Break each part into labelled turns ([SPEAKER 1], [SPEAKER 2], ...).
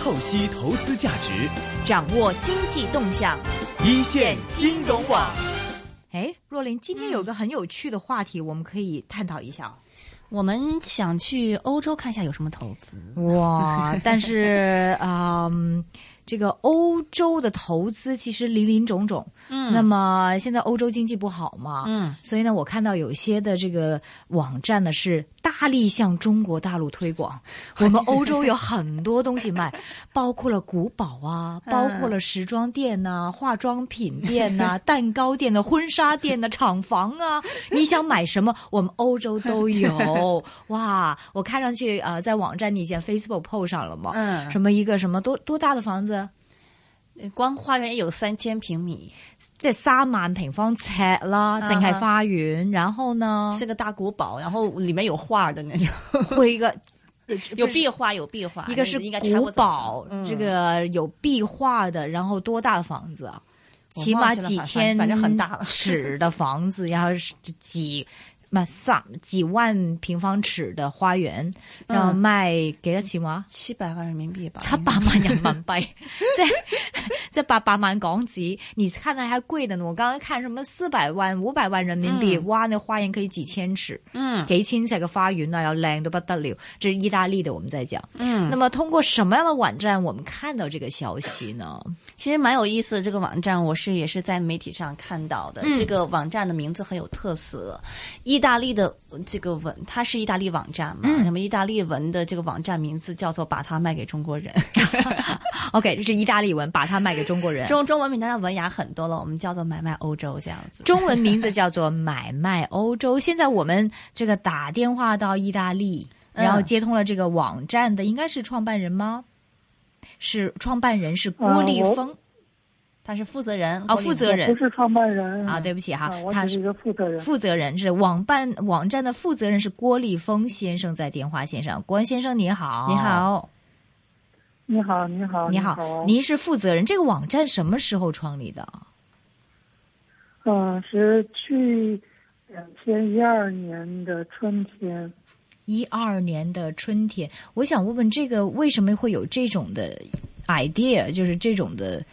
[SPEAKER 1] 透析投资价值，
[SPEAKER 2] 掌握经济动向，
[SPEAKER 1] 一线金融网。
[SPEAKER 3] 哎，若琳，今天有个很有趣的话题，我们可以探讨一下哦。
[SPEAKER 4] 我们想去欧洲看一下有什么投资。
[SPEAKER 3] 哦哇，但是 啊、嗯这个欧洲的投资其实林林种种。嗯，那么现在欧洲经济不好嘛，
[SPEAKER 4] 嗯，
[SPEAKER 3] 所以呢，我看到有一些的这个网站呢是大力向中国大陆推广，我们欧洲有很多东西卖，包括了古堡啊，包括了时装店呐、化妆品店呐、蛋糕店呐、婚纱店呐、厂房啊，你想买什么，我们欧洲都有。哇，我看上去呃，在网站你以前 Facebook PO 上了嘛，
[SPEAKER 4] 嗯
[SPEAKER 3] 什么一个什么多多大的房子？
[SPEAKER 4] 光花园有三千平米，
[SPEAKER 3] 即系三万平方尺啦，
[SPEAKER 4] 哈
[SPEAKER 3] 净系花园，然后呢，
[SPEAKER 4] 是个大古堡，然后里面有画的那种，
[SPEAKER 3] 会一个呃
[SPEAKER 4] 有壁画，有壁画，
[SPEAKER 3] 一个是
[SPEAKER 4] 那应该拆
[SPEAKER 3] 古
[SPEAKER 4] 过走
[SPEAKER 3] 堡
[SPEAKER 4] 的，嗯
[SPEAKER 3] 这个有壁画的，然后多大的房子啊？
[SPEAKER 4] 我
[SPEAKER 3] 起码
[SPEAKER 4] 忘记了
[SPEAKER 3] 几千，
[SPEAKER 4] 反正反正很大了
[SPEAKER 3] 尺的房子，然后是几。卖三几万平方尺的花园，然后卖几多钱话？
[SPEAKER 4] 嗯七百万人民币吧，
[SPEAKER 3] 七百万人民 币，这这八百万港纸，你看的还贵的呢。我刚刚看什么四百万、五百万人民币，哇，那花园可以几千尺，
[SPEAKER 4] 嗯
[SPEAKER 3] 几千尺嘅花园啊，要靓到不得了。这是意大利的，我们在讲。
[SPEAKER 4] 嗯，
[SPEAKER 3] 那么通过什么样的网站我们看到这个消息呢？
[SPEAKER 4] 其实蛮有意思的这个网站，我是也是在媒体上看到的。这个网站的名字很有特色，意大利的呃这个文，它是意大利网站嘛，那么意大利文的这个网站名字叫做“把它卖给中国人”。
[SPEAKER 3] OK，这是意大利文，把它卖给中国人。中
[SPEAKER 4] 中中文比它的文雅很多了，我们叫做“买卖欧洲”这样子。
[SPEAKER 3] 中文名字叫做“买卖欧洲”。现在我们这个打电话到意大利，
[SPEAKER 4] 嗯
[SPEAKER 3] 然后接通了这个网站的，应该是创办人吗？是创办人是郭立峰
[SPEAKER 5] 啊
[SPEAKER 4] 他是哦负责人
[SPEAKER 3] 啊，负责
[SPEAKER 5] 我
[SPEAKER 3] 人
[SPEAKER 5] 不是创办人
[SPEAKER 3] 啊，对不起哈
[SPEAKER 5] 啊，我，
[SPEAKER 3] 他
[SPEAKER 5] 只
[SPEAKER 3] 是
[SPEAKER 5] 是一个负责人。
[SPEAKER 3] 负责人是网办网站的负责人是郭立峰先生，在电话线上，郭先生您好，
[SPEAKER 4] 你，好，
[SPEAKER 5] 你好，哦你好，
[SPEAKER 3] 你
[SPEAKER 5] 好
[SPEAKER 3] 好，，您是负责人，这个网站什么时候创立的？
[SPEAKER 5] 嗯，是去两千一二年的春天，
[SPEAKER 3] 一二年的春天，我想问问这个为什么会有这种的 idea，就是这种的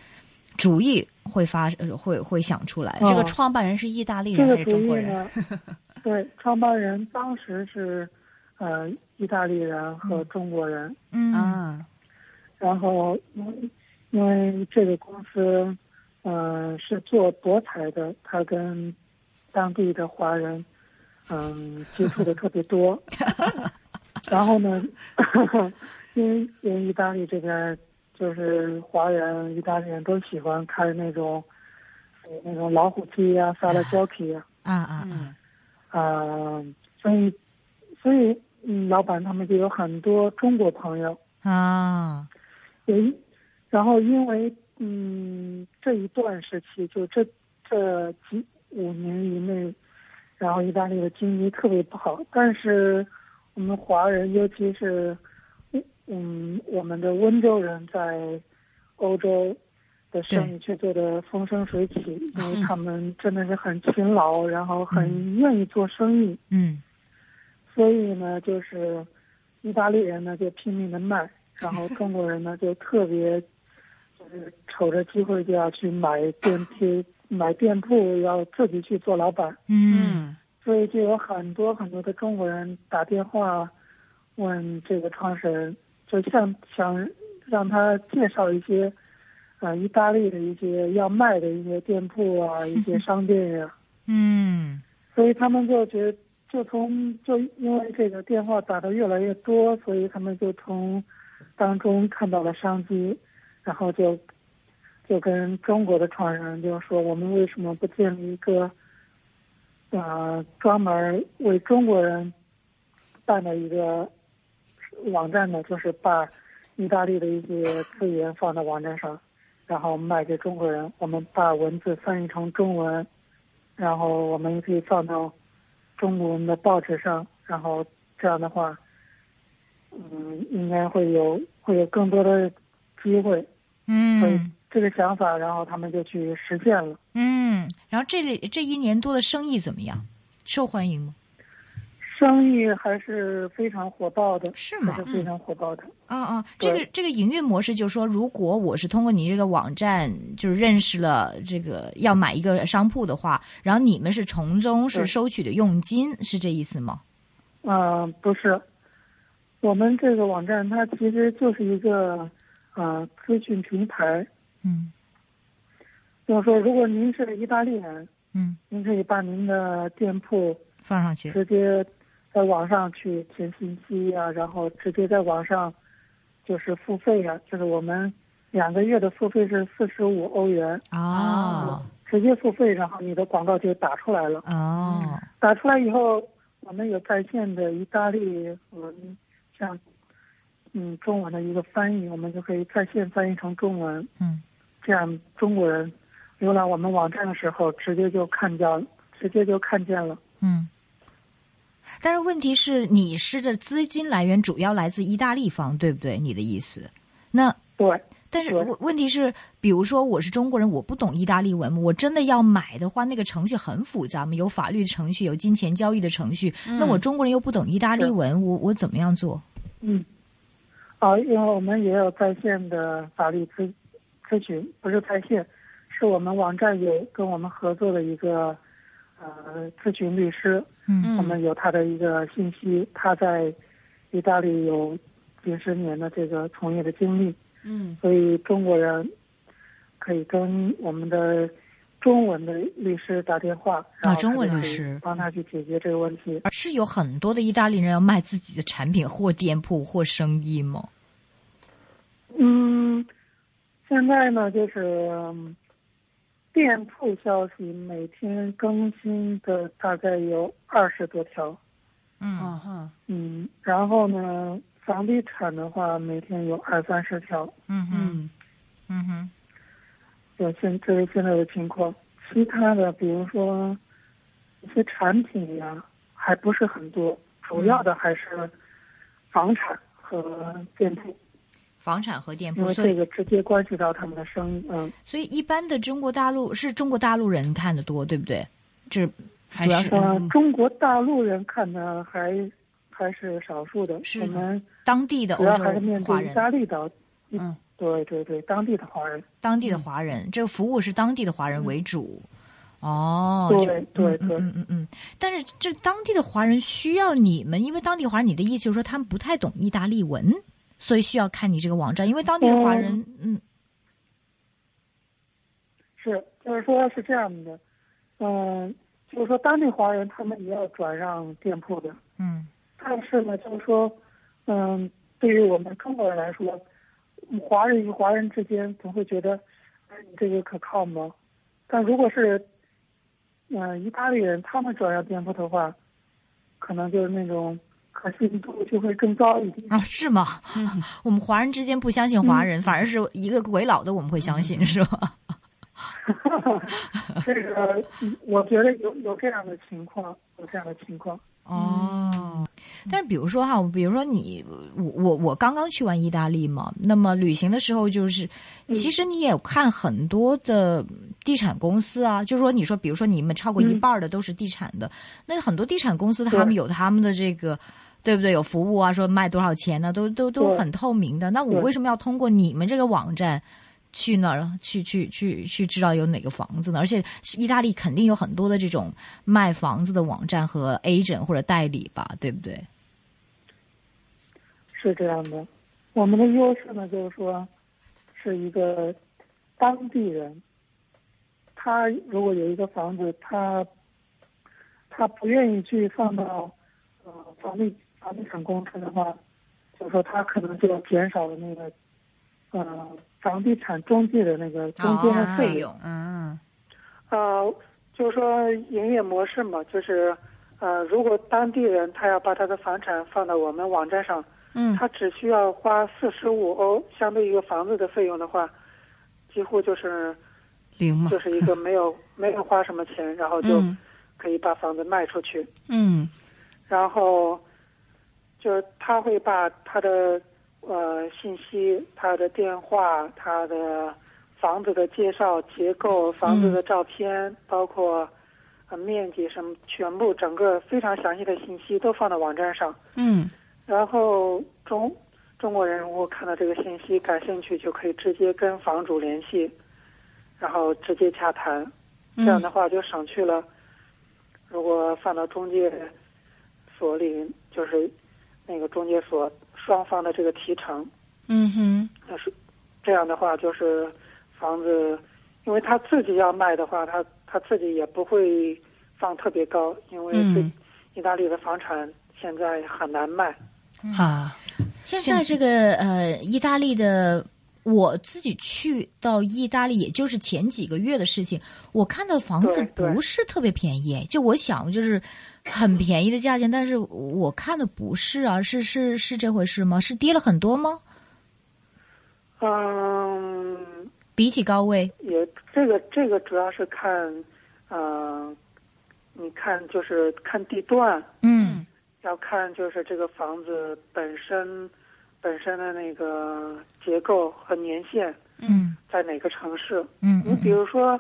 [SPEAKER 3] 主意会发呃会会想出来？
[SPEAKER 5] 嗯
[SPEAKER 4] 这个创办人是意大利
[SPEAKER 5] 这
[SPEAKER 4] 人还是
[SPEAKER 5] 个主
[SPEAKER 4] 中国
[SPEAKER 5] 意
[SPEAKER 4] 人？
[SPEAKER 5] 呢，对，创办人当时是呃意大利人和中国人，
[SPEAKER 3] 嗯
[SPEAKER 4] 啊，
[SPEAKER 5] 然后因为因为这个公司呃是做博彩的，他跟当地的华人嗯、接触的特别多，然后呢， 因为因为意大利这边就是华人、意大利人都喜欢开那种呃那种老虎机呀、萨拉焦皮呀、
[SPEAKER 3] 啊啊
[SPEAKER 4] 嗯
[SPEAKER 5] 啊、所以所以嗯，老板他们就有很多中国朋友。
[SPEAKER 3] 啊啊！
[SPEAKER 5] 有一，嗯然后因为嗯这一段时期，就这这几五年以内，然后意大利的经济特别不好，但是我们华人，尤其是嗯嗯我们的温州人在欧洲的生意却做得风生水起，因为他们真的是很勤劳，然后很愿意做生意，
[SPEAKER 3] 嗯
[SPEAKER 5] 所以呢，就是意大利人呢就拼命的卖，然后中国人呢就特别就是瞅着机会就要去买电梯、买店铺，要自己去做老板，
[SPEAKER 3] 嗯
[SPEAKER 4] 嗯
[SPEAKER 5] 所以就有很多很多的中国人打电话问这个创始人，就像想让他介绍一些。啊，意大利的一些要卖的一些店铺啊，一些商店呀、
[SPEAKER 3] 嗯
[SPEAKER 5] 所以他们就觉得，就从就因为这个电话打的越来越多，所以他们就从当中看到了商机，然后就就跟中国的创始人就说，我们为什么不建立一个呃专门为中国人办的一个网站呢？就是把意大利的一些资源放到网站上，然后卖给中国人，我们把文字翻译成中文。然后我们也可以放到中文的报纸上，然后这样的话，嗯，应该会有会有更多的机会。所以
[SPEAKER 3] 嗯
[SPEAKER 5] 这个想法，然后他们就去实现了。
[SPEAKER 3] 嗯，然后这里这一年多的生意怎么样？受欢迎吗？
[SPEAKER 5] 生意还是非常火爆的，
[SPEAKER 3] 是
[SPEAKER 5] 还
[SPEAKER 3] 吗
[SPEAKER 5] 是？非常火爆的。
[SPEAKER 3] 嗯嗯，这
[SPEAKER 5] 对
[SPEAKER 3] 个这个营运模式，就是说，如果我是通过你这个网站就是认识了这个要买一个商铺的话，然后你们是从中是
[SPEAKER 5] 对
[SPEAKER 3] 收取的佣金，是这意思吗？
[SPEAKER 5] 嗯、不是，我们这个网站它其实就是一个呃资讯平台。
[SPEAKER 3] 嗯
[SPEAKER 5] 就是说，如果您是意大利人，
[SPEAKER 3] 嗯，
[SPEAKER 5] 您可以把您的店铺
[SPEAKER 3] 放上去。
[SPEAKER 5] 直接在网上去填信息啊，然后直接在网上就是付费啊，就是我们两个月的付费是四十五欧元，
[SPEAKER 3] 哦
[SPEAKER 5] 直接付费，然后你的广告就打出来了。
[SPEAKER 3] 哦，
[SPEAKER 5] 打出来以后，我们有在线的意大利文，像嗯中文的一个翻译，我们就可以在线翻译成中文，
[SPEAKER 3] 嗯，
[SPEAKER 5] 这样中国人浏览我们网站的时候，直接就看见了，直接就看见了。
[SPEAKER 3] 嗯。但是问题是，你是这资金来源主要来自意大利方，对不对？你的意思？那
[SPEAKER 5] 对，
[SPEAKER 3] 但是
[SPEAKER 5] 对
[SPEAKER 3] 问问题是，比如说我是中国人，我不懂意大利文，我真的要买的话，那个程序很复杂嘛，有法律的程序，有金钱交易的程序。那我中国人又不懂意大利文，我我怎么样做？
[SPEAKER 5] 嗯，啊，因为我们也有在线的法律咨咨询，不是在线，是我们网站有跟我们合作的一个呃咨询律师，
[SPEAKER 3] 嗯
[SPEAKER 5] 我们有他的一个信息，他在意大利有几十年的这个从业的经历，
[SPEAKER 4] 嗯
[SPEAKER 5] 所以中国人可以跟我们的中文的律师打电话，然后
[SPEAKER 3] 啊中文律
[SPEAKER 5] 他就可以
[SPEAKER 3] 师
[SPEAKER 5] 帮他去解决这个问题。
[SPEAKER 3] 而是有很多的意大利人要卖自己的产品或店铺或生意吗？
[SPEAKER 5] 嗯，现在呢，就是嗯店铺消息每天更新的大概有二十多条。
[SPEAKER 4] 啊哈，
[SPEAKER 5] 嗯，然后呢，房地产的话，每天有二三十条。
[SPEAKER 3] 嗯哼
[SPEAKER 4] 嗯
[SPEAKER 3] 嗯哼
[SPEAKER 5] 就现这是现在的情况。其他的，比如说一些产品呀、还不是很多，主
[SPEAKER 3] 嗯
[SPEAKER 5] 要的还是房产和店铺，
[SPEAKER 3] 房产和店
[SPEAKER 5] 因
[SPEAKER 3] 铺，
[SPEAKER 5] 为
[SPEAKER 3] 哦所以
[SPEAKER 5] 这个直接关系到他们的生意。嗯，
[SPEAKER 3] 所以一般的中国大陆是中国大陆人看的多，对不对？这
[SPEAKER 4] 还
[SPEAKER 3] 主要
[SPEAKER 4] 是
[SPEAKER 5] 呃，中国大陆人看的还还是少数的，
[SPEAKER 3] 是
[SPEAKER 5] 我们
[SPEAKER 3] 当地的
[SPEAKER 5] 主
[SPEAKER 3] 欧
[SPEAKER 5] 要
[SPEAKER 3] 洲
[SPEAKER 5] 还是面
[SPEAKER 3] 华
[SPEAKER 5] 对意
[SPEAKER 3] 人，
[SPEAKER 5] 大利的，
[SPEAKER 4] 嗯
[SPEAKER 5] 对对对，当地的华人，
[SPEAKER 3] 当地的华人，这个服务是当地的华人为主。哦，
[SPEAKER 5] 嗯对
[SPEAKER 3] 就
[SPEAKER 5] 对
[SPEAKER 3] 嗯
[SPEAKER 5] 对
[SPEAKER 3] 嗯嗯嗯。但是这当地的华人需要你们，因为当地华人，你的意思就是说他们不太懂意大利文，所以需要看你这个网站，因为当地的华人，
[SPEAKER 5] 哦
[SPEAKER 3] 嗯
[SPEAKER 5] 是就是说是这样的，嗯，就是说当地华人他们也要转让店铺的，
[SPEAKER 3] 嗯
[SPEAKER 5] 但是呢，就是说，嗯，对于我们中国人来说，华人与华人之间总会觉得，哎你这个可靠吗？但如果是，嗯、意大利人他们转让店铺的话，可能就是那种可信度就会更高一点。
[SPEAKER 3] 啊，是吗？
[SPEAKER 5] 嗯
[SPEAKER 3] 我们华人之间不相信华人，反而是一个鬼佬的我们会相
[SPEAKER 5] 嗯
[SPEAKER 3] 信，是吧？
[SPEAKER 5] 这个嗯我觉得有有这样的情况，有这样的情况。
[SPEAKER 3] 哦，但是比如说哈，比如说你我我我刚刚去完意大利嘛，那么旅行的时候就是，
[SPEAKER 5] 嗯
[SPEAKER 3] 其实你也有看很多的地产公司啊，就是说你说，比如说你们超过一半儿的都是地产的，那很多地产公司他们
[SPEAKER 5] 嗯对
[SPEAKER 3] 有他们的这个。对不对？有服务啊，说卖多少钱呢、都都都
[SPEAKER 5] 对
[SPEAKER 3] 很透明的。那我
[SPEAKER 5] 对
[SPEAKER 3] 为什么要通过你们这个网站去那儿去去去去知道有哪个房子呢？而且是意大利肯定有很多的这种卖房子的网站和 agent 或者代理吧，对不对？
[SPEAKER 5] 是这样的，我们的优势呢，就是说，是一个当地人。他如果有一个房子，他他不愿意去放到呃房地房地产公司的话，就是说他可能就减少了那个呃房地产中介的那个中间的哦费用。
[SPEAKER 3] 用，
[SPEAKER 4] 嗯
[SPEAKER 5] 呃，就是说营业模式嘛，就是呃，如果当地人他要把他的房产放到我们网站上，
[SPEAKER 4] 嗯
[SPEAKER 5] 他只需要花四十五欧，相对于一个房子的费用的话，几乎就是
[SPEAKER 4] 零嘛
[SPEAKER 5] 就，是一个没有 没有花什么钱，然后就
[SPEAKER 4] 嗯
[SPEAKER 5] 可以把房子卖出去，
[SPEAKER 4] 嗯
[SPEAKER 5] 然后就是他会把他的呃信息、他的电话、他
[SPEAKER 4] 嗯
[SPEAKER 5] 的房子的介绍、结构、房子的照片，包括呃面积什么全部整个非常详细的信息都放到网站上。
[SPEAKER 4] 嗯
[SPEAKER 5] 然后中中国人如果看到这个信息感兴趣，就可以直接跟房主联系，然后直接洽谈。这样的话就省去了，如果放到中介所里，就是那个中介所双方的这个提成，
[SPEAKER 4] 嗯哼，
[SPEAKER 5] 那是这样的话就是房子，因为他自己要卖的话，他他自己也不会放特别高，因为这
[SPEAKER 4] 嗯
[SPEAKER 5] 意大利的房产现在很难卖。
[SPEAKER 4] 啊，
[SPEAKER 3] 现在这个呃，意大利的，我自己去到意大利，也就是前几个月的事情，我看到房子
[SPEAKER 5] 对对
[SPEAKER 3] 不是特别便宜，就我想就是很便宜的价钱，但是我看的不是啊，是是是这回事吗？是跌了很多吗？
[SPEAKER 5] 嗯，
[SPEAKER 3] 比起高位，
[SPEAKER 5] 也这个这个主要是看，嗯、你看就是看地段，
[SPEAKER 3] 嗯
[SPEAKER 5] 要看就是这个房子本身本身的那个结构和年限
[SPEAKER 3] 嗯
[SPEAKER 5] 在哪个城市。
[SPEAKER 3] 嗯
[SPEAKER 5] 你比如说，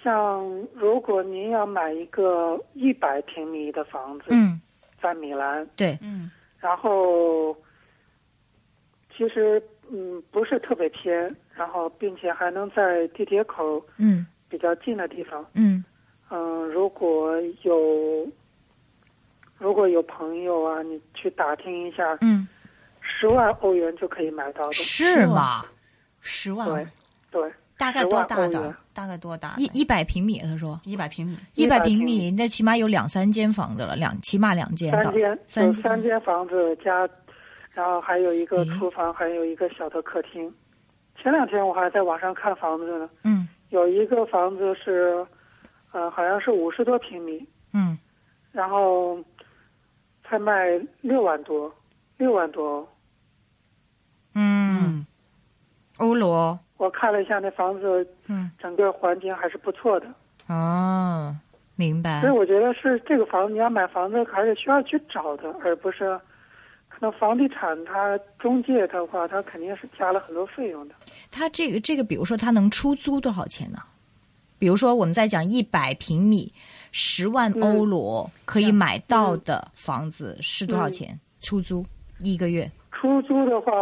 [SPEAKER 5] 像如果您要买一个一百平米的房子，
[SPEAKER 3] 嗯，
[SPEAKER 5] 在米兰，
[SPEAKER 3] 对，
[SPEAKER 4] 嗯
[SPEAKER 5] 然后其实嗯不是特别偏，然后并且还能在地铁口
[SPEAKER 3] 嗯
[SPEAKER 5] 比较近的地方。
[SPEAKER 3] 嗯
[SPEAKER 5] 嗯，如果有如果有朋友啊，你去打听一下，
[SPEAKER 3] 嗯，
[SPEAKER 5] 十万欧元就可以买到的。
[SPEAKER 3] 是吗？
[SPEAKER 4] 十
[SPEAKER 5] 对
[SPEAKER 4] 万，
[SPEAKER 5] 对，
[SPEAKER 4] 大概多大
[SPEAKER 5] 10万欧
[SPEAKER 4] 的
[SPEAKER 5] 元？
[SPEAKER 4] 大概多大的？
[SPEAKER 3] 一一百平米，啊他说
[SPEAKER 4] 一百平米。
[SPEAKER 3] 一百
[SPEAKER 5] 100
[SPEAKER 3] 平
[SPEAKER 5] 平
[SPEAKER 3] 米，那起码有两三间房子了，两起码两间到
[SPEAKER 5] 三间
[SPEAKER 3] 三
[SPEAKER 5] 有
[SPEAKER 3] 间嗯
[SPEAKER 5] 三间房子加，然后还有一个
[SPEAKER 3] 诶
[SPEAKER 5] 厨房，还有一个小的客厅。前两天我还在网上看房子呢，
[SPEAKER 3] 嗯
[SPEAKER 5] 有一个房子是，呃，好像是五十多平米，
[SPEAKER 3] 嗯。
[SPEAKER 5] 然后才卖六万多，六万多哦。
[SPEAKER 3] 嗯，
[SPEAKER 4] 嗯
[SPEAKER 3] 欧罗，
[SPEAKER 5] 我看了一下那房子，
[SPEAKER 3] 嗯，
[SPEAKER 5] 整个环境还是不错的，
[SPEAKER 3] 哦，明白
[SPEAKER 5] 所以。我觉得是这个房子，你要买房子还是需要去找的，而不是可能房地产它中介的话，它肯定是加了很多费用的。
[SPEAKER 3] 他这个这个，比如说他能出租多少钱呢？比如说我们在讲一百平米，十万欧罗可以买到的房子是多少钱？出租一个月？
[SPEAKER 5] 出租的话，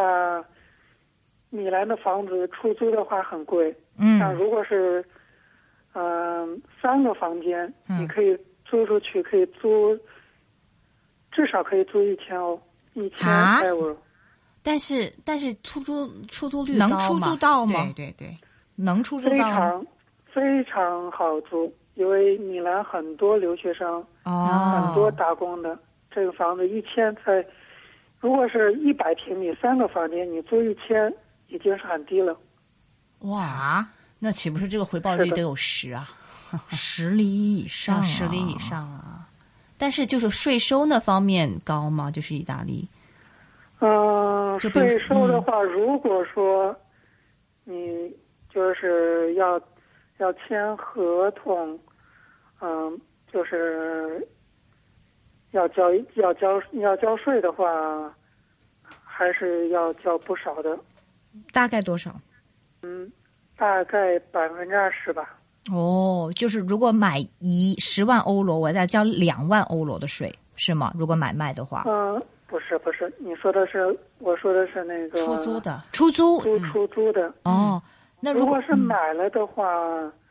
[SPEAKER 5] 米兰的房子出租的话很贵，像
[SPEAKER 3] 嗯
[SPEAKER 5] 如果是嗯、三个房间，
[SPEAKER 3] 嗯
[SPEAKER 5] 你可以租出去，可以租至少可以租一千欧，一千
[SPEAKER 3] 啊
[SPEAKER 5] euro。
[SPEAKER 4] 但是但是出租出租率
[SPEAKER 3] 能
[SPEAKER 4] 高
[SPEAKER 3] 出
[SPEAKER 4] 嘛
[SPEAKER 3] 租到吗
[SPEAKER 4] 嗯对对对，
[SPEAKER 3] 能出租
[SPEAKER 5] 非
[SPEAKER 3] 到吗
[SPEAKER 5] 常非常好租，因为米兰很多留学生，很多
[SPEAKER 3] 哦，
[SPEAKER 5] 打工的。这个房子一千才，如果是一百平米三个房间，你租一千已经是很低了。
[SPEAKER 4] 哇，
[SPEAKER 3] 啊，
[SPEAKER 4] 那岂不是这个回报率
[SPEAKER 5] 是的
[SPEAKER 4] 得有十啊？
[SPEAKER 3] 十里以上、
[SPEAKER 4] 啊十厘以。上啊。但是就是税收那方面高吗？就是意大利，
[SPEAKER 5] 嗯，
[SPEAKER 4] 就比如
[SPEAKER 5] 税收的话，如果说你就是要要签合同，嗯，就是要交要交要交税的话，还是要交不少的，
[SPEAKER 3] 大概多少？
[SPEAKER 5] 大概百分之二十吧。
[SPEAKER 3] 哦，就是如果买一十万欧罗，我再交两万欧罗的税，是吗？如果买卖的话，
[SPEAKER 5] 嗯，不是不是，你说的是我说的是那个
[SPEAKER 4] 出租的
[SPEAKER 3] 出租
[SPEAKER 5] 租出租的。
[SPEAKER 3] 哦，那
[SPEAKER 5] 如
[SPEAKER 3] 如
[SPEAKER 5] 果
[SPEAKER 3] 果
[SPEAKER 5] 是买了的话，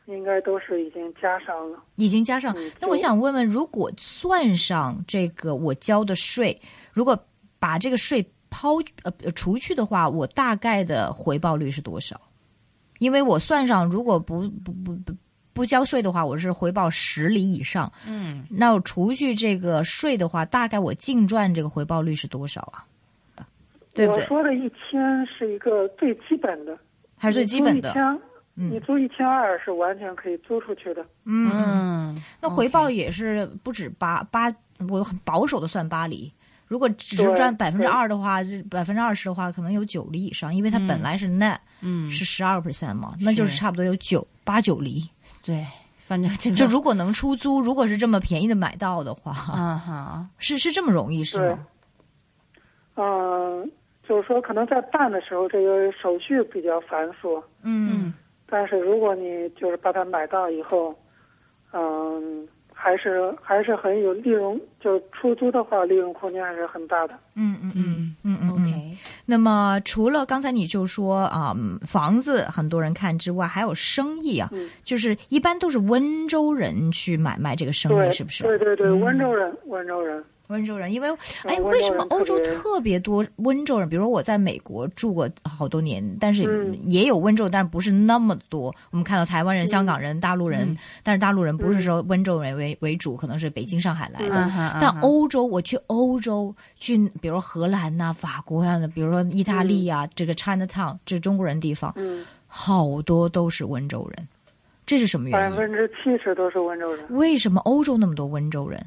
[SPEAKER 5] 应该都是已经加上了。
[SPEAKER 3] 已经加上，那我
[SPEAKER 5] 就
[SPEAKER 3] 想问问，如果算上这个我交的税，如果把这个税抛呃呃除去的话，我大概的回报率是多少？因为我算上，如果不不不不不交税的话，我是回报十厘以上。嗯，那我除去这个税的话，大概我净赚这个回报率是多少啊？对不
[SPEAKER 5] 我
[SPEAKER 3] 对？
[SPEAKER 5] 说的一千是一个最基本的，
[SPEAKER 3] 还是最基本
[SPEAKER 5] 你
[SPEAKER 3] 的嗯
[SPEAKER 5] 租一。千，你租一千二是完全可以租出去的。
[SPEAKER 4] 嗯，
[SPEAKER 3] 那回报也是不止八八，我很保守的算八厘。如果只是赚百
[SPEAKER 5] 对
[SPEAKER 3] 分之二的话，百分之二十的话，可能有九厘以上，因为它本来是 net，
[SPEAKER 4] 嗯
[SPEAKER 3] 是十二 percent 嘛，那就是差不多有九八九厘。
[SPEAKER 4] 对，反正这个
[SPEAKER 3] 就如果能出租，如果是这么便宜的买到的话，
[SPEAKER 4] 啊哈，
[SPEAKER 3] 是是这么容易是吗？
[SPEAKER 5] 嗯、就是说可能在办的时候这个手续比较繁琐，
[SPEAKER 3] 嗯
[SPEAKER 5] 但是如果你就是把它买到以后，嗯、还是还是很有利润，就出租的话，利润空间还是很大的。
[SPEAKER 3] 嗯嗯嗯嗯嗯嗯。
[SPEAKER 4] OK，
[SPEAKER 3] 那么除了刚才你就说啊、嗯房子很多人看之外，还有生意啊，
[SPEAKER 5] 嗯
[SPEAKER 3] 就是一般都是温州人去买卖这个生
[SPEAKER 5] 对，
[SPEAKER 3] 意，是不嗯是？
[SPEAKER 5] 对对对，温州人，温州人，
[SPEAKER 3] 温州人，因为哎，
[SPEAKER 5] 哦温州人
[SPEAKER 3] 为什么欧洲
[SPEAKER 5] 特别
[SPEAKER 3] 特别多温州人？比如我在美国住过好多年，但是
[SPEAKER 5] 嗯
[SPEAKER 3] 也有温州，但是不是那么多。我们看到台湾人、香港人、大陆
[SPEAKER 5] 嗯
[SPEAKER 3] 人，但是大陆人不是说温州人为为主，可能是北京、上海来的
[SPEAKER 4] 嗯。哼
[SPEAKER 3] 但
[SPEAKER 4] 嗯哼
[SPEAKER 3] 欧洲，我去欧洲，去比如荷兰呐、法国啊，比如说意大利啊，这个 China Town，这中国人地方，
[SPEAKER 5] 嗯，
[SPEAKER 3] 好多都是温州人，这是什么
[SPEAKER 5] 百
[SPEAKER 3] 原因？
[SPEAKER 5] 分之七十都是温州人。
[SPEAKER 3] 为什么欧洲那么多温州人？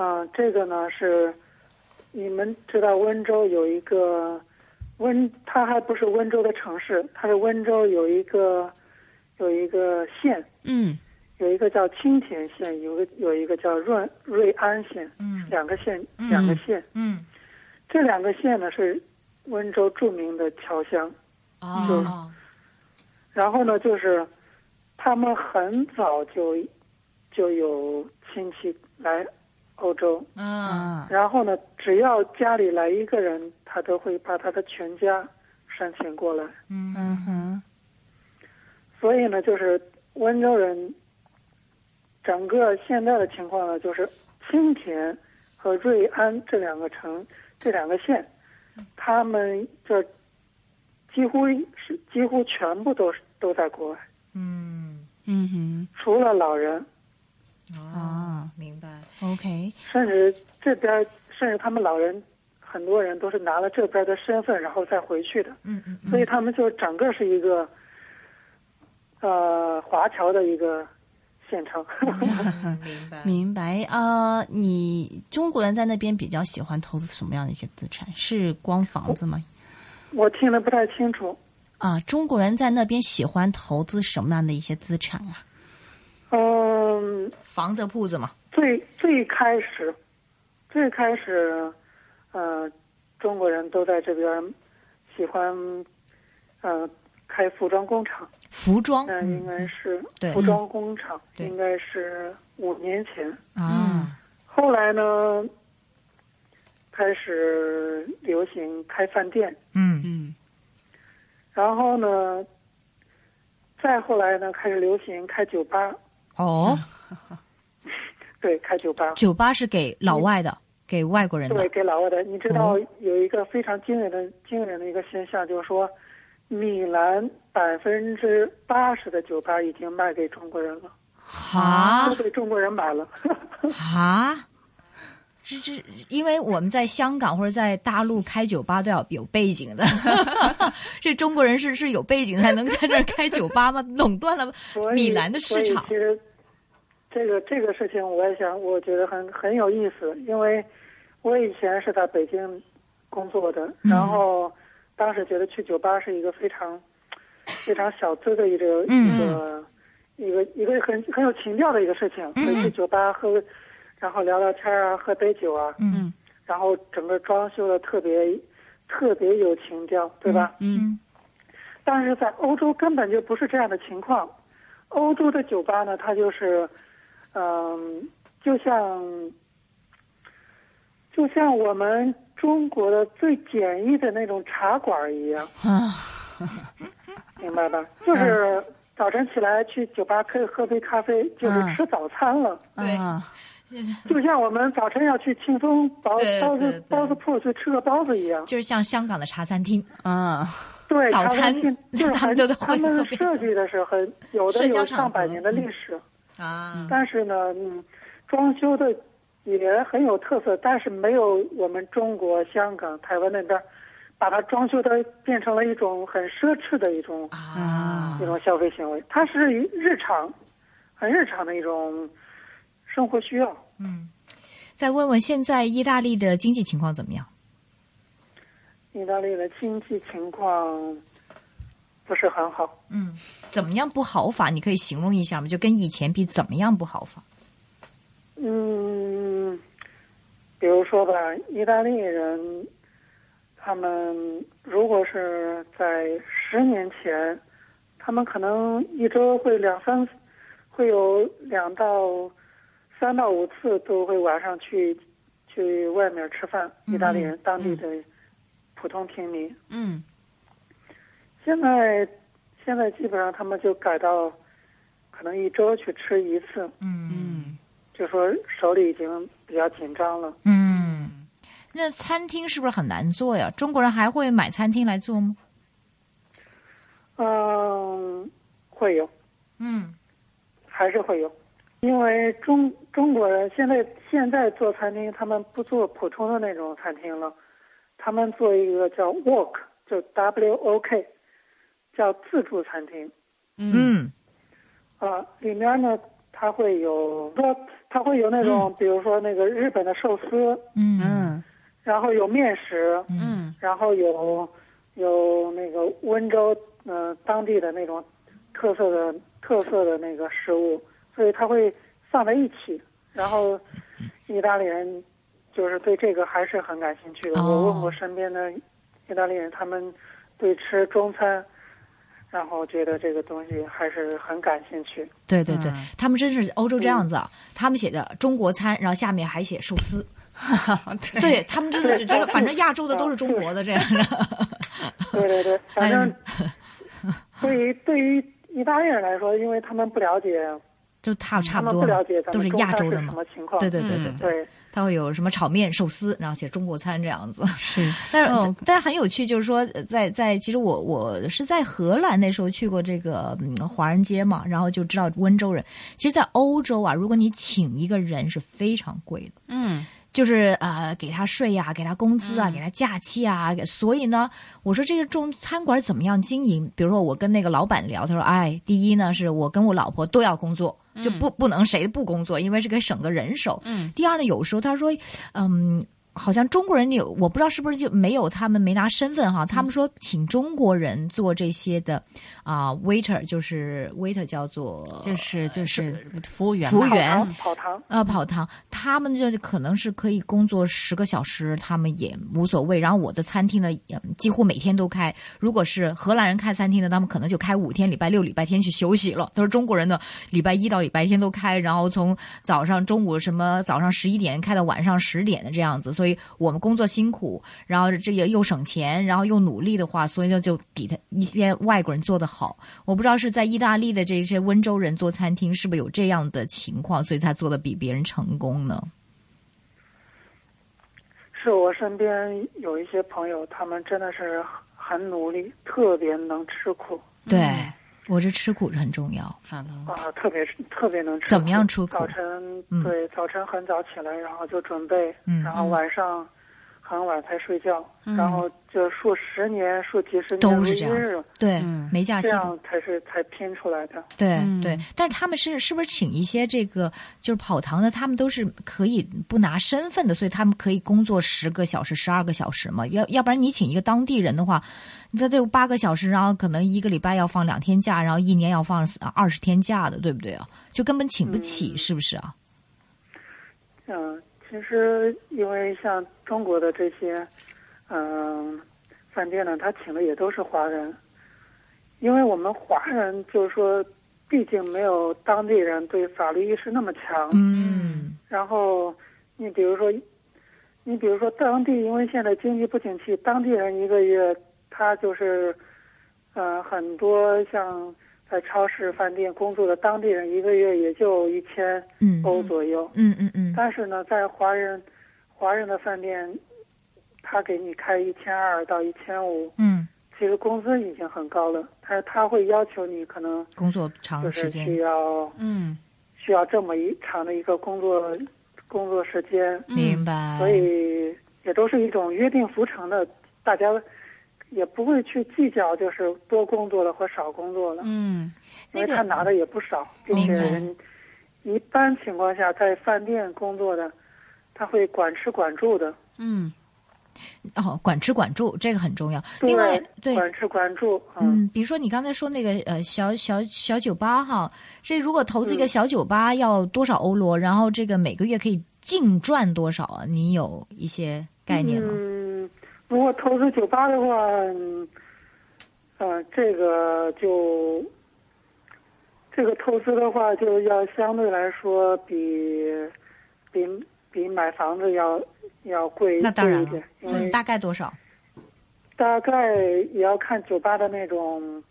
[SPEAKER 5] 嗯、这个呢是，你们知道温州有一个温，它还不是温州的城市，它是温州有一个有一个县，
[SPEAKER 4] 嗯
[SPEAKER 5] 有一个叫青田县，有个有一个叫润瑞安县，
[SPEAKER 3] 嗯
[SPEAKER 5] 两个县，
[SPEAKER 3] 嗯
[SPEAKER 5] 两个县，
[SPEAKER 3] 嗯
[SPEAKER 5] 这两个县呢是温州著名的侨乡。
[SPEAKER 3] 啊
[SPEAKER 5] 就是
[SPEAKER 3] 啊
[SPEAKER 5] 然后呢，就是他们很早就就有亲戚来欧洲，
[SPEAKER 3] 嗯
[SPEAKER 4] 啊
[SPEAKER 5] 然后呢，只要家里来一个人，他都会把他的全家申请过来。
[SPEAKER 3] 嗯
[SPEAKER 4] 嗯哼
[SPEAKER 5] 所以呢，就是温州人整个现在的情况呢，就是青田和瑞安这两个城、这两个县，他们这几乎是几乎全部都是都在国外，
[SPEAKER 3] 嗯
[SPEAKER 4] 嗯
[SPEAKER 5] 除了老人。
[SPEAKER 4] 哼
[SPEAKER 3] 啊，
[SPEAKER 4] 啊
[SPEAKER 3] 明白。
[SPEAKER 4] ，OK，
[SPEAKER 5] 甚至这边儿，甚至他们老人很多人都是拿了这边儿的身份，然后再回去的，
[SPEAKER 3] 嗯嗯
[SPEAKER 5] 所以他们就整个是一个，呃，华侨的一个县城。
[SPEAKER 3] 嗯， 明白。
[SPEAKER 4] 明白。呃，你中国人在那边比较喜欢投资什么样的一些资产？是光房子吗？
[SPEAKER 5] 我听得不太清楚。
[SPEAKER 4] 啊，中国人在那边喜欢投资什么样的一些资产啊？
[SPEAKER 5] 嗯，
[SPEAKER 3] 房子铺子嘛，
[SPEAKER 5] 最最开始，最开始，呃，中国人都在这边儿喜欢，呃，开服装工厂。
[SPEAKER 3] 服装
[SPEAKER 5] 那应该是
[SPEAKER 3] 嗯对嗯
[SPEAKER 5] 服装工厂，
[SPEAKER 3] 对
[SPEAKER 5] 应该是五年前。
[SPEAKER 3] 啊，
[SPEAKER 5] 后来呢，开始流行开饭店，
[SPEAKER 3] 嗯
[SPEAKER 4] 嗯
[SPEAKER 5] 然后呢，再后来呢，开始流行开酒吧，
[SPEAKER 3] 哦，
[SPEAKER 5] 对，开酒吧，
[SPEAKER 3] 酒吧是给老外的，给外国人
[SPEAKER 5] 对，
[SPEAKER 3] 的。
[SPEAKER 5] 给老外的。你知道有一个非常惊人的、惊人的一个现象，就是说，米兰百分之八十的酒吧已经卖给中国人了，
[SPEAKER 3] 哈啊
[SPEAKER 5] 都被中国人买了。
[SPEAKER 3] 哈。这这，因为我们在香港或者在大陆开酒吧都要有背景的， 这中国人是是有背景才能在这儿开酒吧吗？垄断了
[SPEAKER 5] 所以
[SPEAKER 3] 米兰的市场
[SPEAKER 5] 所以其实这个这个事情，我也想，我觉得很很有意思，因为我以前是在北京工作的，
[SPEAKER 3] 嗯
[SPEAKER 5] 然后当时觉得去酒吧是一个非常非常小资的一个、
[SPEAKER 3] 嗯
[SPEAKER 5] 一个一个一个很很有情调的一个事情，
[SPEAKER 3] 嗯
[SPEAKER 5] 所以去酒吧喝，然后聊聊天啊，喝杯酒啊，
[SPEAKER 3] 嗯
[SPEAKER 5] 然后整个装修的特别特别有情调，对吧？
[SPEAKER 4] 嗯
[SPEAKER 3] 嗯
[SPEAKER 5] 但是在欧洲根本就不是这样的情况。欧洲的酒吧呢，它就是，嗯、就像，就像我们中国的最简易的那种茶馆一样，
[SPEAKER 4] 啊，
[SPEAKER 5] 明白吧？就是早晨起来去酒吧可以喝杯咖啡，就是
[SPEAKER 4] 嗯
[SPEAKER 5] 吃早餐了。
[SPEAKER 3] 对
[SPEAKER 4] 啊
[SPEAKER 5] 就像我们早晨要去庆丰包
[SPEAKER 3] 对
[SPEAKER 5] 包
[SPEAKER 3] 对对
[SPEAKER 5] 子包子铺去吃个包子一样，
[SPEAKER 3] 就是像香港的茶餐厅，
[SPEAKER 4] 啊，
[SPEAKER 5] 对，
[SPEAKER 3] 早
[SPEAKER 5] 他们
[SPEAKER 3] 餐
[SPEAKER 5] 进 就是
[SPEAKER 3] 他们
[SPEAKER 5] 很
[SPEAKER 3] 都
[SPEAKER 5] 他
[SPEAKER 3] 会喝
[SPEAKER 5] 们
[SPEAKER 3] 杯
[SPEAKER 5] 设计的 是很有的
[SPEAKER 3] 社交
[SPEAKER 5] 有
[SPEAKER 3] 场
[SPEAKER 5] 上百
[SPEAKER 3] 合嗯
[SPEAKER 5] 年的历史，
[SPEAKER 3] 啊，
[SPEAKER 5] 但是呢，嗯，装修的也很有特色，但是没有我们中国、香港、台湾那边儿把它装修的变成了一种很奢侈的一种
[SPEAKER 3] 啊
[SPEAKER 5] 一种消费行为，它是一日常，很日常的一种生活需要。
[SPEAKER 3] 再问问现在意大利的经济情况怎么样？
[SPEAKER 5] 意大利的经济情况不是很好，
[SPEAKER 3] 嗯，怎么样不好法？你可以形容一下吗？就跟以前比，怎么样不好法？
[SPEAKER 5] 嗯，比如说吧，意大利人，他们如果是在十年前，他们可能一周会两三，会有两到三到五次都会晚上去去外面吃饭，意大利人、当地的普通平民。
[SPEAKER 4] 嗯
[SPEAKER 5] 现在现在基本上他们就改到可能一周去吃一次，
[SPEAKER 3] 嗯
[SPEAKER 4] 嗯，
[SPEAKER 5] 就说手里已经比较紧张了。
[SPEAKER 3] 嗯，那餐厅是不是很难做呀？中国人还会买餐厅来做吗？
[SPEAKER 5] 嗯，会有，
[SPEAKER 3] 嗯
[SPEAKER 5] 还是会有，因为中中国人现在现在做餐厅，他们不做普通的那种餐厅了，他们做一个叫 walk，就 W O K，叫自助餐厅
[SPEAKER 3] 嗯
[SPEAKER 5] 啊，里面呢它会有说它会有那种，比如说那个日本的寿司，
[SPEAKER 3] 嗯
[SPEAKER 4] 嗯
[SPEAKER 5] 然后有面食，
[SPEAKER 4] 嗯
[SPEAKER 5] 然后有有那个温州嗯、呃当地的那种特色的特色的那个食物，所以它会放在一起。然后意大利人就是对这个还是很感兴趣的。
[SPEAKER 3] 哦
[SPEAKER 5] 我问过身边的意大利人，他们对吃中餐，然后觉得这个东西还是很感兴趣。
[SPEAKER 3] 对对对
[SPEAKER 4] 嗯，
[SPEAKER 3] 他们真是欧洲这样子啊！他们写的中国餐，然后下面还写寿 司，
[SPEAKER 4] 对
[SPEAKER 3] 对他们真的是真的，反正亚洲的都是中国的这样的。
[SPEAKER 5] 对对 对，反正
[SPEAKER 3] 哎
[SPEAKER 5] 对于对于意大利人来说，因为他们不了解，
[SPEAKER 3] 就差差
[SPEAKER 5] 嗯他
[SPEAKER 3] 不
[SPEAKER 5] 们
[SPEAKER 3] 多
[SPEAKER 5] 不
[SPEAKER 3] 嘛
[SPEAKER 5] 了解，咱
[SPEAKER 3] 都
[SPEAKER 5] 们
[SPEAKER 3] 是
[SPEAKER 5] 中
[SPEAKER 3] 亚
[SPEAKER 5] 餐
[SPEAKER 3] 洲的
[SPEAKER 5] 是什
[SPEAKER 3] 嘛。
[SPEAKER 5] 么情况？
[SPEAKER 3] 对对对对
[SPEAKER 4] 嗯
[SPEAKER 3] 对，
[SPEAKER 5] 对。
[SPEAKER 3] 他会有什么炒面、寿司，然后写中国餐这样子。
[SPEAKER 4] 是
[SPEAKER 3] 但是、
[SPEAKER 4] 哦
[SPEAKER 3] 但是很有趣，就是说，呃在在其实我我是在荷兰那时候去过这个、嗯、华人街嘛，然后就知道温州人。其实，在欧洲啊，如果你请一个人是非常贵的，
[SPEAKER 4] 嗯
[SPEAKER 3] 就是呃给他税啊，给他工资啊，给他假期啊。给所以呢，我说这个中餐馆怎么样经营？比如说我跟那个老板聊，他说：“哎，第一呢，是我跟我老婆都要工作。”就不不能谁不工作，因为是给省个人手。
[SPEAKER 4] 嗯
[SPEAKER 3] 第二呢，有时候他说，嗯，好像中国人有，我不知道是不是就没有他们没拿身份
[SPEAKER 4] 嗯
[SPEAKER 3] 哈，他们说请中国人做这些的啊、waiter 就是 waiter 叫做
[SPEAKER 4] 就是就是服务员
[SPEAKER 3] 服务
[SPEAKER 4] 嘛
[SPEAKER 5] 跑
[SPEAKER 3] 员
[SPEAKER 5] 堂跑堂，
[SPEAKER 3] 呃，跑堂，他们就可能是可以工作十个小时，他们也无所谓。然后我的餐厅呢，也几乎每天都开。如果是荷兰人开餐厅的，他们可能就开五天，礼拜六、礼拜天去休息了。他说中国人呢，礼拜一到礼拜天都开，然后从早上、中午什么早上十一点开到晚上十点的这样子。所以我们工作辛苦，然后这也又省钱，然后又努力的话，所以呢就比他一些外国人做得好。我不知道是在意大利的这些温州人做餐厅是不是有这样的情况，所以他做的比别人成功呢？
[SPEAKER 5] 是我身边有一些朋友，他们真的是很努力，特别能吃苦
[SPEAKER 3] 对，我这吃苦是很重要。
[SPEAKER 4] 好的
[SPEAKER 5] 啊，特别特别能吃苦。
[SPEAKER 3] 怎么样吃苦
[SPEAKER 5] 早晨
[SPEAKER 3] 嗯
[SPEAKER 5] 对，早晨很早起来，然后就准备，
[SPEAKER 3] 嗯
[SPEAKER 5] 然后晚上很晚才睡觉，然后就数十年、数几十年
[SPEAKER 3] 都
[SPEAKER 5] 如
[SPEAKER 3] 是
[SPEAKER 5] 一
[SPEAKER 3] 这样
[SPEAKER 5] 日
[SPEAKER 3] 子，，对，
[SPEAKER 4] 嗯
[SPEAKER 3] 没假期
[SPEAKER 5] 这
[SPEAKER 3] 的，
[SPEAKER 5] 样才是啊才拼出来的。
[SPEAKER 3] 对、
[SPEAKER 4] 嗯
[SPEAKER 3] 对。但是他们是是不是请一些这个就是跑堂的，他们都是可以不拿身份的，所以他们可以工作十个小时、十二个小时嘛？要要不然你请一个当地人的话，他得有八个小时，然后可能一个礼拜要放两天假，然后一年要放二十天假的，对不对啊？就根本请不起，是不是啊？
[SPEAKER 5] 嗯，其实因为像中国的这些，嗯、饭店呢，他请的也都是华人，因为我们华人就是说，毕竟没有当地人对法律意识那么强。
[SPEAKER 3] 嗯
[SPEAKER 5] 然后，你比如说，你比如说当地，因为现在经济不景气，当地人一个月他就是，呃，很多像在超市、饭店工作的当地人，一个月也就一千
[SPEAKER 3] 嗯
[SPEAKER 5] 欧左右。
[SPEAKER 3] 嗯嗯嗯，
[SPEAKER 5] 但是呢，在华人华人的饭店，他给你开一千二到一千五，
[SPEAKER 3] 嗯，
[SPEAKER 5] 其实工资已经很高了，但是他会要求你可能
[SPEAKER 3] 工作
[SPEAKER 5] 就
[SPEAKER 3] 长
[SPEAKER 5] 是
[SPEAKER 3] 时间
[SPEAKER 5] 需，要
[SPEAKER 4] 嗯
[SPEAKER 5] 需要这么一长的一个工作工作时间，
[SPEAKER 3] 明白。
[SPEAKER 5] 嗯所以也都是一种约定俗成的，大家也不会去计较，就是多工作了或少工作了。
[SPEAKER 4] 嗯
[SPEAKER 3] 那
[SPEAKER 5] 因为
[SPEAKER 3] 个
[SPEAKER 5] 他拿的也不少，并且
[SPEAKER 3] 明白
[SPEAKER 5] 人一般情况下在饭店工作的，他会管吃管住的，
[SPEAKER 4] 嗯
[SPEAKER 3] 哦，管吃管住这个很重要。
[SPEAKER 5] 对
[SPEAKER 3] 另外，对，
[SPEAKER 5] 管吃管住，嗯，
[SPEAKER 3] 嗯，比如说你刚才说那个呃小小小酒吧哈，这如果投资一个
[SPEAKER 5] 嗯
[SPEAKER 3] 小酒吧要多少欧罗，然后这个每个月可以净赚多少啊？你有一些概念吗？
[SPEAKER 5] 嗯，如果投资酒吧的话，嗯，呃，这个就这个透支的话，就要相对来说比比比买房子要要贵
[SPEAKER 3] 那当然
[SPEAKER 5] 贵一
[SPEAKER 3] 了
[SPEAKER 5] 点，因
[SPEAKER 3] 嗯，
[SPEAKER 5] 为
[SPEAKER 3] 大概多少？
[SPEAKER 5] 大概也要看酒吧的那种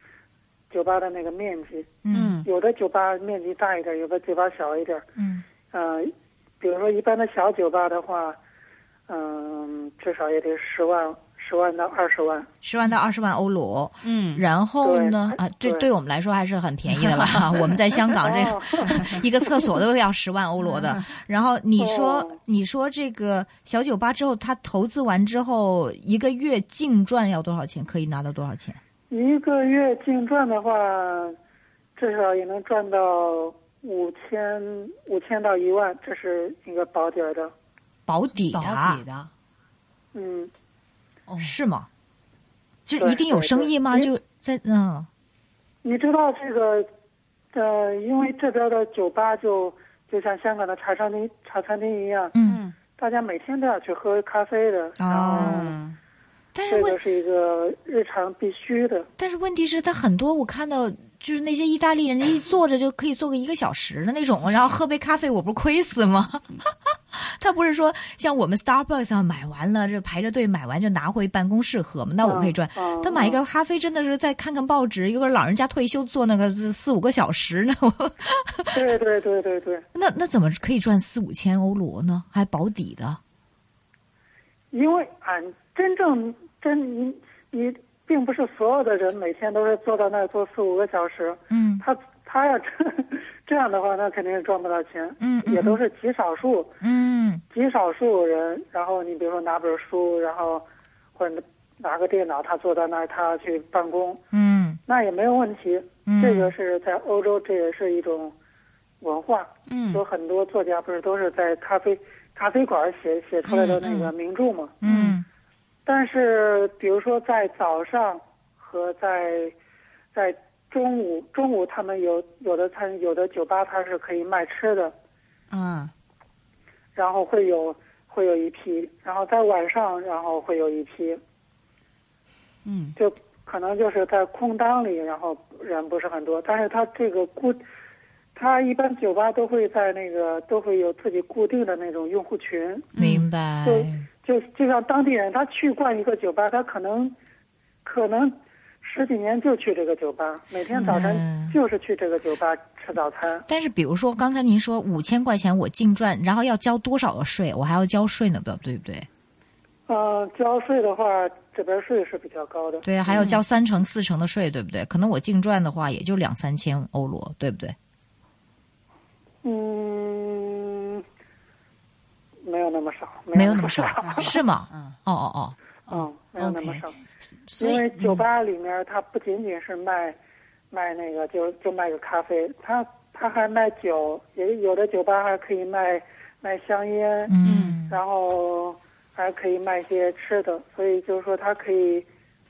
[SPEAKER 5] 酒吧的那个面积，
[SPEAKER 3] 嗯
[SPEAKER 5] 有的酒吧面积大一点，有的酒吧小一点。
[SPEAKER 3] 嗯
[SPEAKER 5] 呃，比如说一般的小酒吧的话，嗯、至少也得十万十万到二十万。
[SPEAKER 3] 十万到二十万欧罗，
[SPEAKER 4] 嗯，
[SPEAKER 3] 然后呢？
[SPEAKER 5] 对
[SPEAKER 3] 啊，对，
[SPEAKER 5] 对
[SPEAKER 3] 对我们来说还是很便宜的了。 哈我们在香港这
[SPEAKER 5] 哦， 嗯
[SPEAKER 3] 一个厕所都要十万欧罗的。然后你说
[SPEAKER 5] 哦，
[SPEAKER 3] 你说这个小酒吧之后，他投资完之后，一个月净赚要多少钱？可以拿到多少钱？
[SPEAKER 5] 一个月净赚的话，至少也能赚到五千五千到一万，这是一个保底儿的。
[SPEAKER 3] 保底的
[SPEAKER 4] 保
[SPEAKER 3] 啊
[SPEAKER 4] 底，的，
[SPEAKER 5] 嗯，
[SPEAKER 4] 哦
[SPEAKER 3] 是吗？就
[SPEAKER 5] 对
[SPEAKER 3] 一定有
[SPEAKER 5] 对
[SPEAKER 3] 生
[SPEAKER 5] 对
[SPEAKER 3] 意吗？
[SPEAKER 5] 因
[SPEAKER 3] 就在嗯
[SPEAKER 5] 你知道这个，呃，因为这边的酒吧就就像香港的茶餐厅茶餐厅一样，
[SPEAKER 3] 嗯。
[SPEAKER 4] 嗯
[SPEAKER 5] 大家每天都要去喝咖啡的，然后
[SPEAKER 4] 嗯，
[SPEAKER 3] 但是
[SPEAKER 5] 这
[SPEAKER 3] 问
[SPEAKER 5] 个是一个日常必须的。
[SPEAKER 3] 但是问题是，他很多我看到就是那些意大利人，一坐着就可以坐个一个小时的那种，然后喝杯咖啡，我不是亏死吗？ 他不是说像我们 Starbucks 啊，买完了这排着队买完就拿回办公室喝吗？那我可以赚。
[SPEAKER 5] 嗯
[SPEAKER 3] 他买一个咖啡真的是再看看报纸，有个老人家退休坐那个四五个小时呢， 我
[SPEAKER 5] 对对对对对，
[SPEAKER 3] 那那怎么可以赚四五千欧罗呢？还保底的？
[SPEAKER 5] 因为俺真正真你你并不是所有的人每天都是坐到那儿坐四五个小时，
[SPEAKER 3] 嗯
[SPEAKER 5] 他他要这这样的话，那肯定是赚不到钱，
[SPEAKER 3] 嗯嗯
[SPEAKER 5] 也都是极少数
[SPEAKER 3] 嗯
[SPEAKER 5] 极少数人。然后你比如说拿本书，然后或者拿个电脑，他坐在那儿他去办公，
[SPEAKER 3] 嗯
[SPEAKER 5] 那也没有问题。
[SPEAKER 3] 嗯，
[SPEAKER 5] 这个是在欧洲，这也是一种文化。
[SPEAKER 4] 嗯
[SPEAKER 5] 有很多作家不是都是在咖啡咖啡馆写写出来的那个名著嘛。
[SPEAKER 3] 嗯
[SPEAKER 5] 但是，比如说在早上和在在中午，中午他们有有的餐有的酒吧它是可以卖吃的，
[SPEAKER 4] 嗯
[SPEAKER 5] 然后会有会有一批，然后在晚上然后会有一批，
[SPEAKER 4] 嗯
[SPEAKER 5] 就可能就是在空档里，然后人不是很多，但是它这个固，它一般酒吧都会在那个都会有自己固定的那种用户群，
[SPEAKER 3] 明白。
[SPEAKER 5] 就就就像当地人，他去惯一个酒吧，他可能可能十几年就去这个酒吧，每天早晨
[SPEAKER 3] 嗯
[SPEAKER 5] 就是去这个酒吧吃早餐。
[SPEAKER 3] 但是，比如说刚才您说五千块钱我净赚，然后要交多少的税？我还要交税呢，对不对？对不对？
[SPEAKER 5] 嗯、交税的话，这边税是比较高的。
[SPEAKER 3] 对啊，还要交三成四成的税，对不对？可能我净赚的话也就两三千欧罗，对不对？
[SPEAKER 5] 嗯，没有那么少，
[SPEAKER 3] 没有
[SPEAKER 5] 有
[SPEAKER 3] 那么少，是吗？
[SPEAKER 4] 嗯
[SPEAKER 3] 哦哦哦，
[SPEAKER 5] 嗯，没有那么少，
[SPEAKER 4] 所以
[SPEAKER 5] 因为酒吧
[SPEAKER 3] 嗯
[SPEAKER 5] 里面它不仅仅是卖卖那个，就就卖个咖啡，它它还卖酒，也有的酒吧还可以卖卖香烟。
[SPEAKER 3] 嗯
[SPEAKER 5] 然后还可以卖一些吃的，所以就是说它可以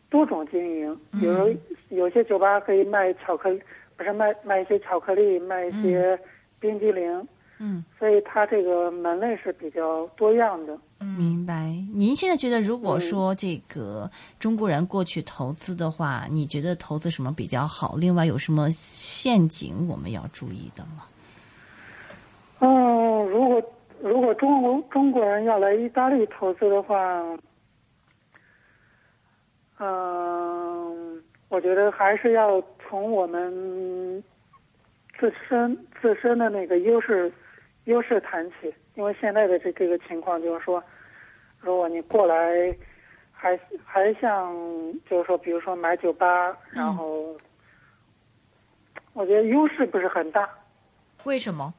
[SPEAKER 5] 多种经营。比如有些酒吧可以卖巧克力，不是卖卖一些巧克力，卖一些冰激凌，
[SPEAKER 4] 嗯，
[SPEAKER 5] 所以它这个门类是比较多样的。
[SPEAKER 4] 明白。您现在觉得，如果说这个中国人过去投资的话，你觉得投资什么比较好？另外有什么陷阱我们要注意的吗？
[SPEAKER 5] 嗯，如果如果中国中国人要来意大利投资的话，嗯，我觉得还是要从我们自身自身的那个优势优势谈起，因为现在的这这个情况就是说，如果你过来还还像就是说，比如说买酒吧，然后、我觉得优势不是很大，
[SPEAKER 3] 为什么？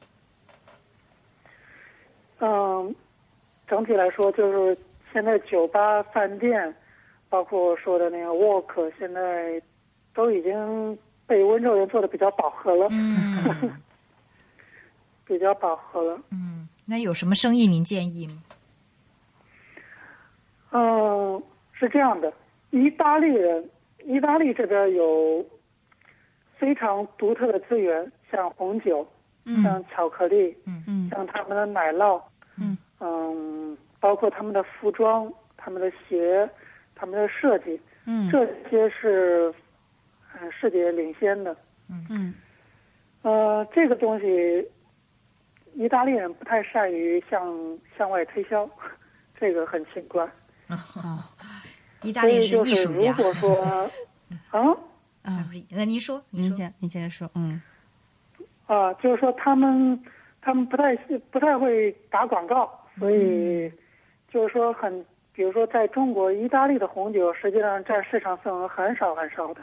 [SPEAKER 5] 嗯，整体来说，就是现在酒吧、饭店，包括说的那个 work，现在都已经被温州人做的比较饱和了，
[SPEAKER 3] 嗯
[SPEAKER 5] 比较饱和了。
[SPEAKER 3] 嗯，那有什么生意您建议吗？
[SPEAKER 5] 嗯，是这样的，意大利人，意大利这边有非常独特的资源，像红酒，像巧克力，
[SPEAKER 4] 嗯
[SPEAKER 5] 像他们的奶酪，
[SPEAKER 4] 嗯
[SPEAKER 5] 嗯，包括他们的服装、他们的鞋、他们的设计，
[SPEAKER 4] 嗯
[SPEAKER 5] 这些是呃世界领先的。
[SPEAKER 4] 嗯
[SPEAKER 5] 呃，这个东西，意大利人不太善于向向外推销，这个很奇怪。
[SPEAKER 3] 意大
[SPEAKER 5] 所
[SPEAKER 3] 利
[SPEAKER 5] 以
[SPEAKER 3] 是
[SPEAKER 5] 就
[SPEAKER 3] 艺术
[SPEAKER 5] 如
[SPEAKER 3] 家，
[SPEAKER 5] 果 说，啊
[SPEAKER 3] 啊不是那您说，您
[SPEAKER 4] 您
[SPEAKER 3] 说，
[SPEAKER 4] 接您接着说，嗯
[SPEAKER 5] 啊，就是说他们他们不太不太会打广告，所
[SPEAKER 4] 嗯
[SPEAKER 5] 以就是说很，比如说在中国，意大利的红酒实际上占市场份额很少很少的，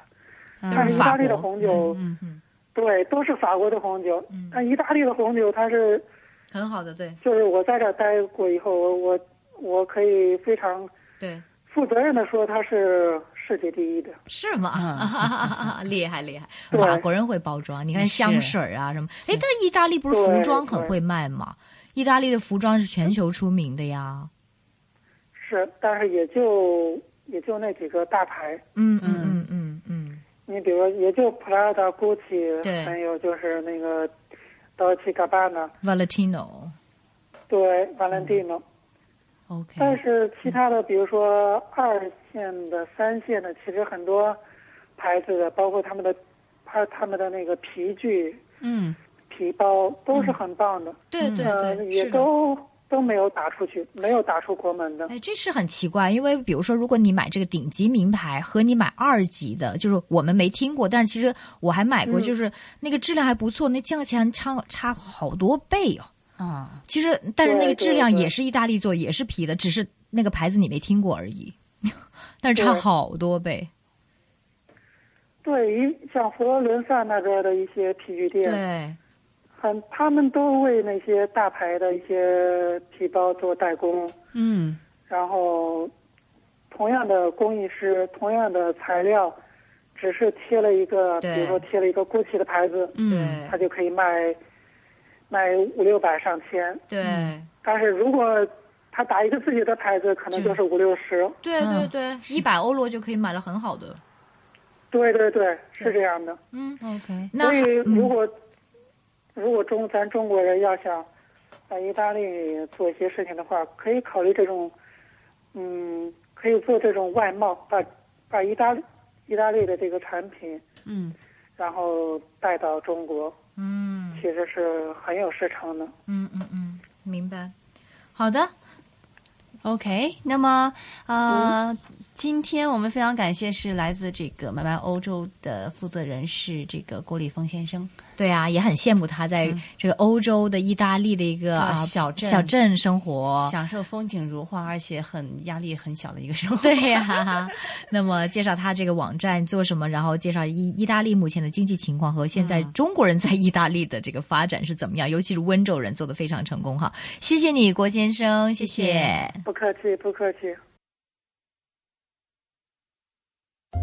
[SPEAKER 5] 但是意大利的红酒，
[SPEAKER 4] 嗯
[SPEAKER 3] 嗯
[SPEAKER 5] 对，都是法国的红酒，但意大利的红酒它是
[SPEAKER 3] 很好的，对
[SPEAKER 5] 就是我在这儿待过以后，我我我可以非常
[SPEAKER 3] 对，
[SPEAKER 5] 负责任的说，它是世界第一的。
[SPEAKER 3] 是吗？ 厉害厉害，
[SPEAKER 5] 对
[SPEAKER 3] 法国人会包装，你看香水啊什么，哎，但是意大利不是
[SPEAKER 5] 对
[SPEAKER 3] 服装很会卖吗？意大利的服装是全球出名的呀，
[SPEAKER 5] 是，但是也就也就那几个大牌，
[SPEAKER 3] 嗯嗯嗯嗯嗯，
[SPEAKER 5] 你比如说也就 Prada、
[SPEAKER 3] 对
[SPEAKER 5] Gucci，还有就是那个 Dolce Gabbana，
[SPEAKER 3] Valentino，
[SPEAKER 5] 对，Valentino。
[SPEAKER 3] 嗯
[SPEAKER 4] ，OK，
[SPEAKER 5] 但是其他的，比如说二线的、三线的，其实很多牌子的，包括他们的，他他们的那个皮具、
[SPEAKER 4] 嗯
[SPEAKER 5] 皮包都是很棒的，
[SPEAKER 3] 对嗯对
[SPEAKER 5] 呃，
[SPEAKER 3] 对，
[SPEAKER 5] 也
[SPEAKER 3] 是的。
[SPEAKER 5] 都都没有打出去，没有打出国门的。
[SPEAKER 3] 哎，这是很奇怪，因为比如说，如果你买这个顶级名牌和你买二级的，就是我们没听过，但是其实我还买过，就是那个质量还不错，那价钱差差好多倍哦。
[SPEAKER 4] 啊，
[SPEAKER 3] 其实，但是那个
[SPEAKER 5] 对
[SPEAKER 3] 质量
[SPEAKER 5] 对对
[SPEAKER 3] 也是意大利做，也是皮的，只是那个牌子你没听过而已， 但是差
[SPEAKER 5] 对
[SPEAKER 3] 好多倍。
[SPEAKER 5] 对于像佛罗伦萨那边的一些皮具店，
[SPEAKER 3] 对，
[SPEAKER 5] 很，他们都为那些大牌的一些皮包做代工，
[SPEAKER 4] 嗯
[SPEAKER 5] 然后同样的工艺师，同样的材料，只是贴了一个，比
[SPEAKER 3] 对
[SPEAKER 5] 如说贴了一个 GUCCI 的牌子，
[SPEAKER 4] 嗯，
[SPEAKER 5] 它就可以卖卖五六百上千。
[SPEAKER 3] 对，
[SPEAKER 5] 但是如果他打一个自己的牌子，可能就是五六十。
[SPEAKER 3] 对
[SPEAKER 4] 对
[SPEAKER 3] 对，一百欧罗就可以买了很好的。
[SPEAKER 5] 对对对，是这样的。
[SPEAKER 4] ，OK，
[SPEAKER 3] 那嗯
[SPEAKER 5] 所以如果、如果中咱中国人要想在意大利做一些事情的话，可以考虑这种，嗯，可以做这种外贸，把把意大利意大利的这个产品，
[SPEAKER 4] 嗯
[SPEAKER 5] 然后带到中国，嗯，其实是很有市场的。
[SPEAKER 3] 嗯嗯嗯，明白。好的，
[SPEAKER 4] ，OK，那么呃，今天我们非常感谢是来自这个买卖欧洲的负责人是这个郭立峰先生，
[SPEAKER 3] 对啊，也很羡慕他在
[SPEAKER 5] 嗯
[SPEAKER 3] 这个欧洲的意大利的一个
[SPEAKER 4] 啊
[SPEAKER 3] 啊
[SPEAKER 4] 小镇
[SPEAKER 3] 小镇生活。
[SPEAKER 4] 享受风景如画，而且很压力很小的一个生活。
[SPEAKER 3] 对呀、那么介绍他这个网站做什么，然后介绍意意大利目前的经济情况和现在中国人在意大利的这个发展是怎么样，尤其是温州人做的非常成功哈。谢谢你，郭先生，谢
[SPEAKER 4] 谢谢
[SPEAKER 5] 不客气，不客气。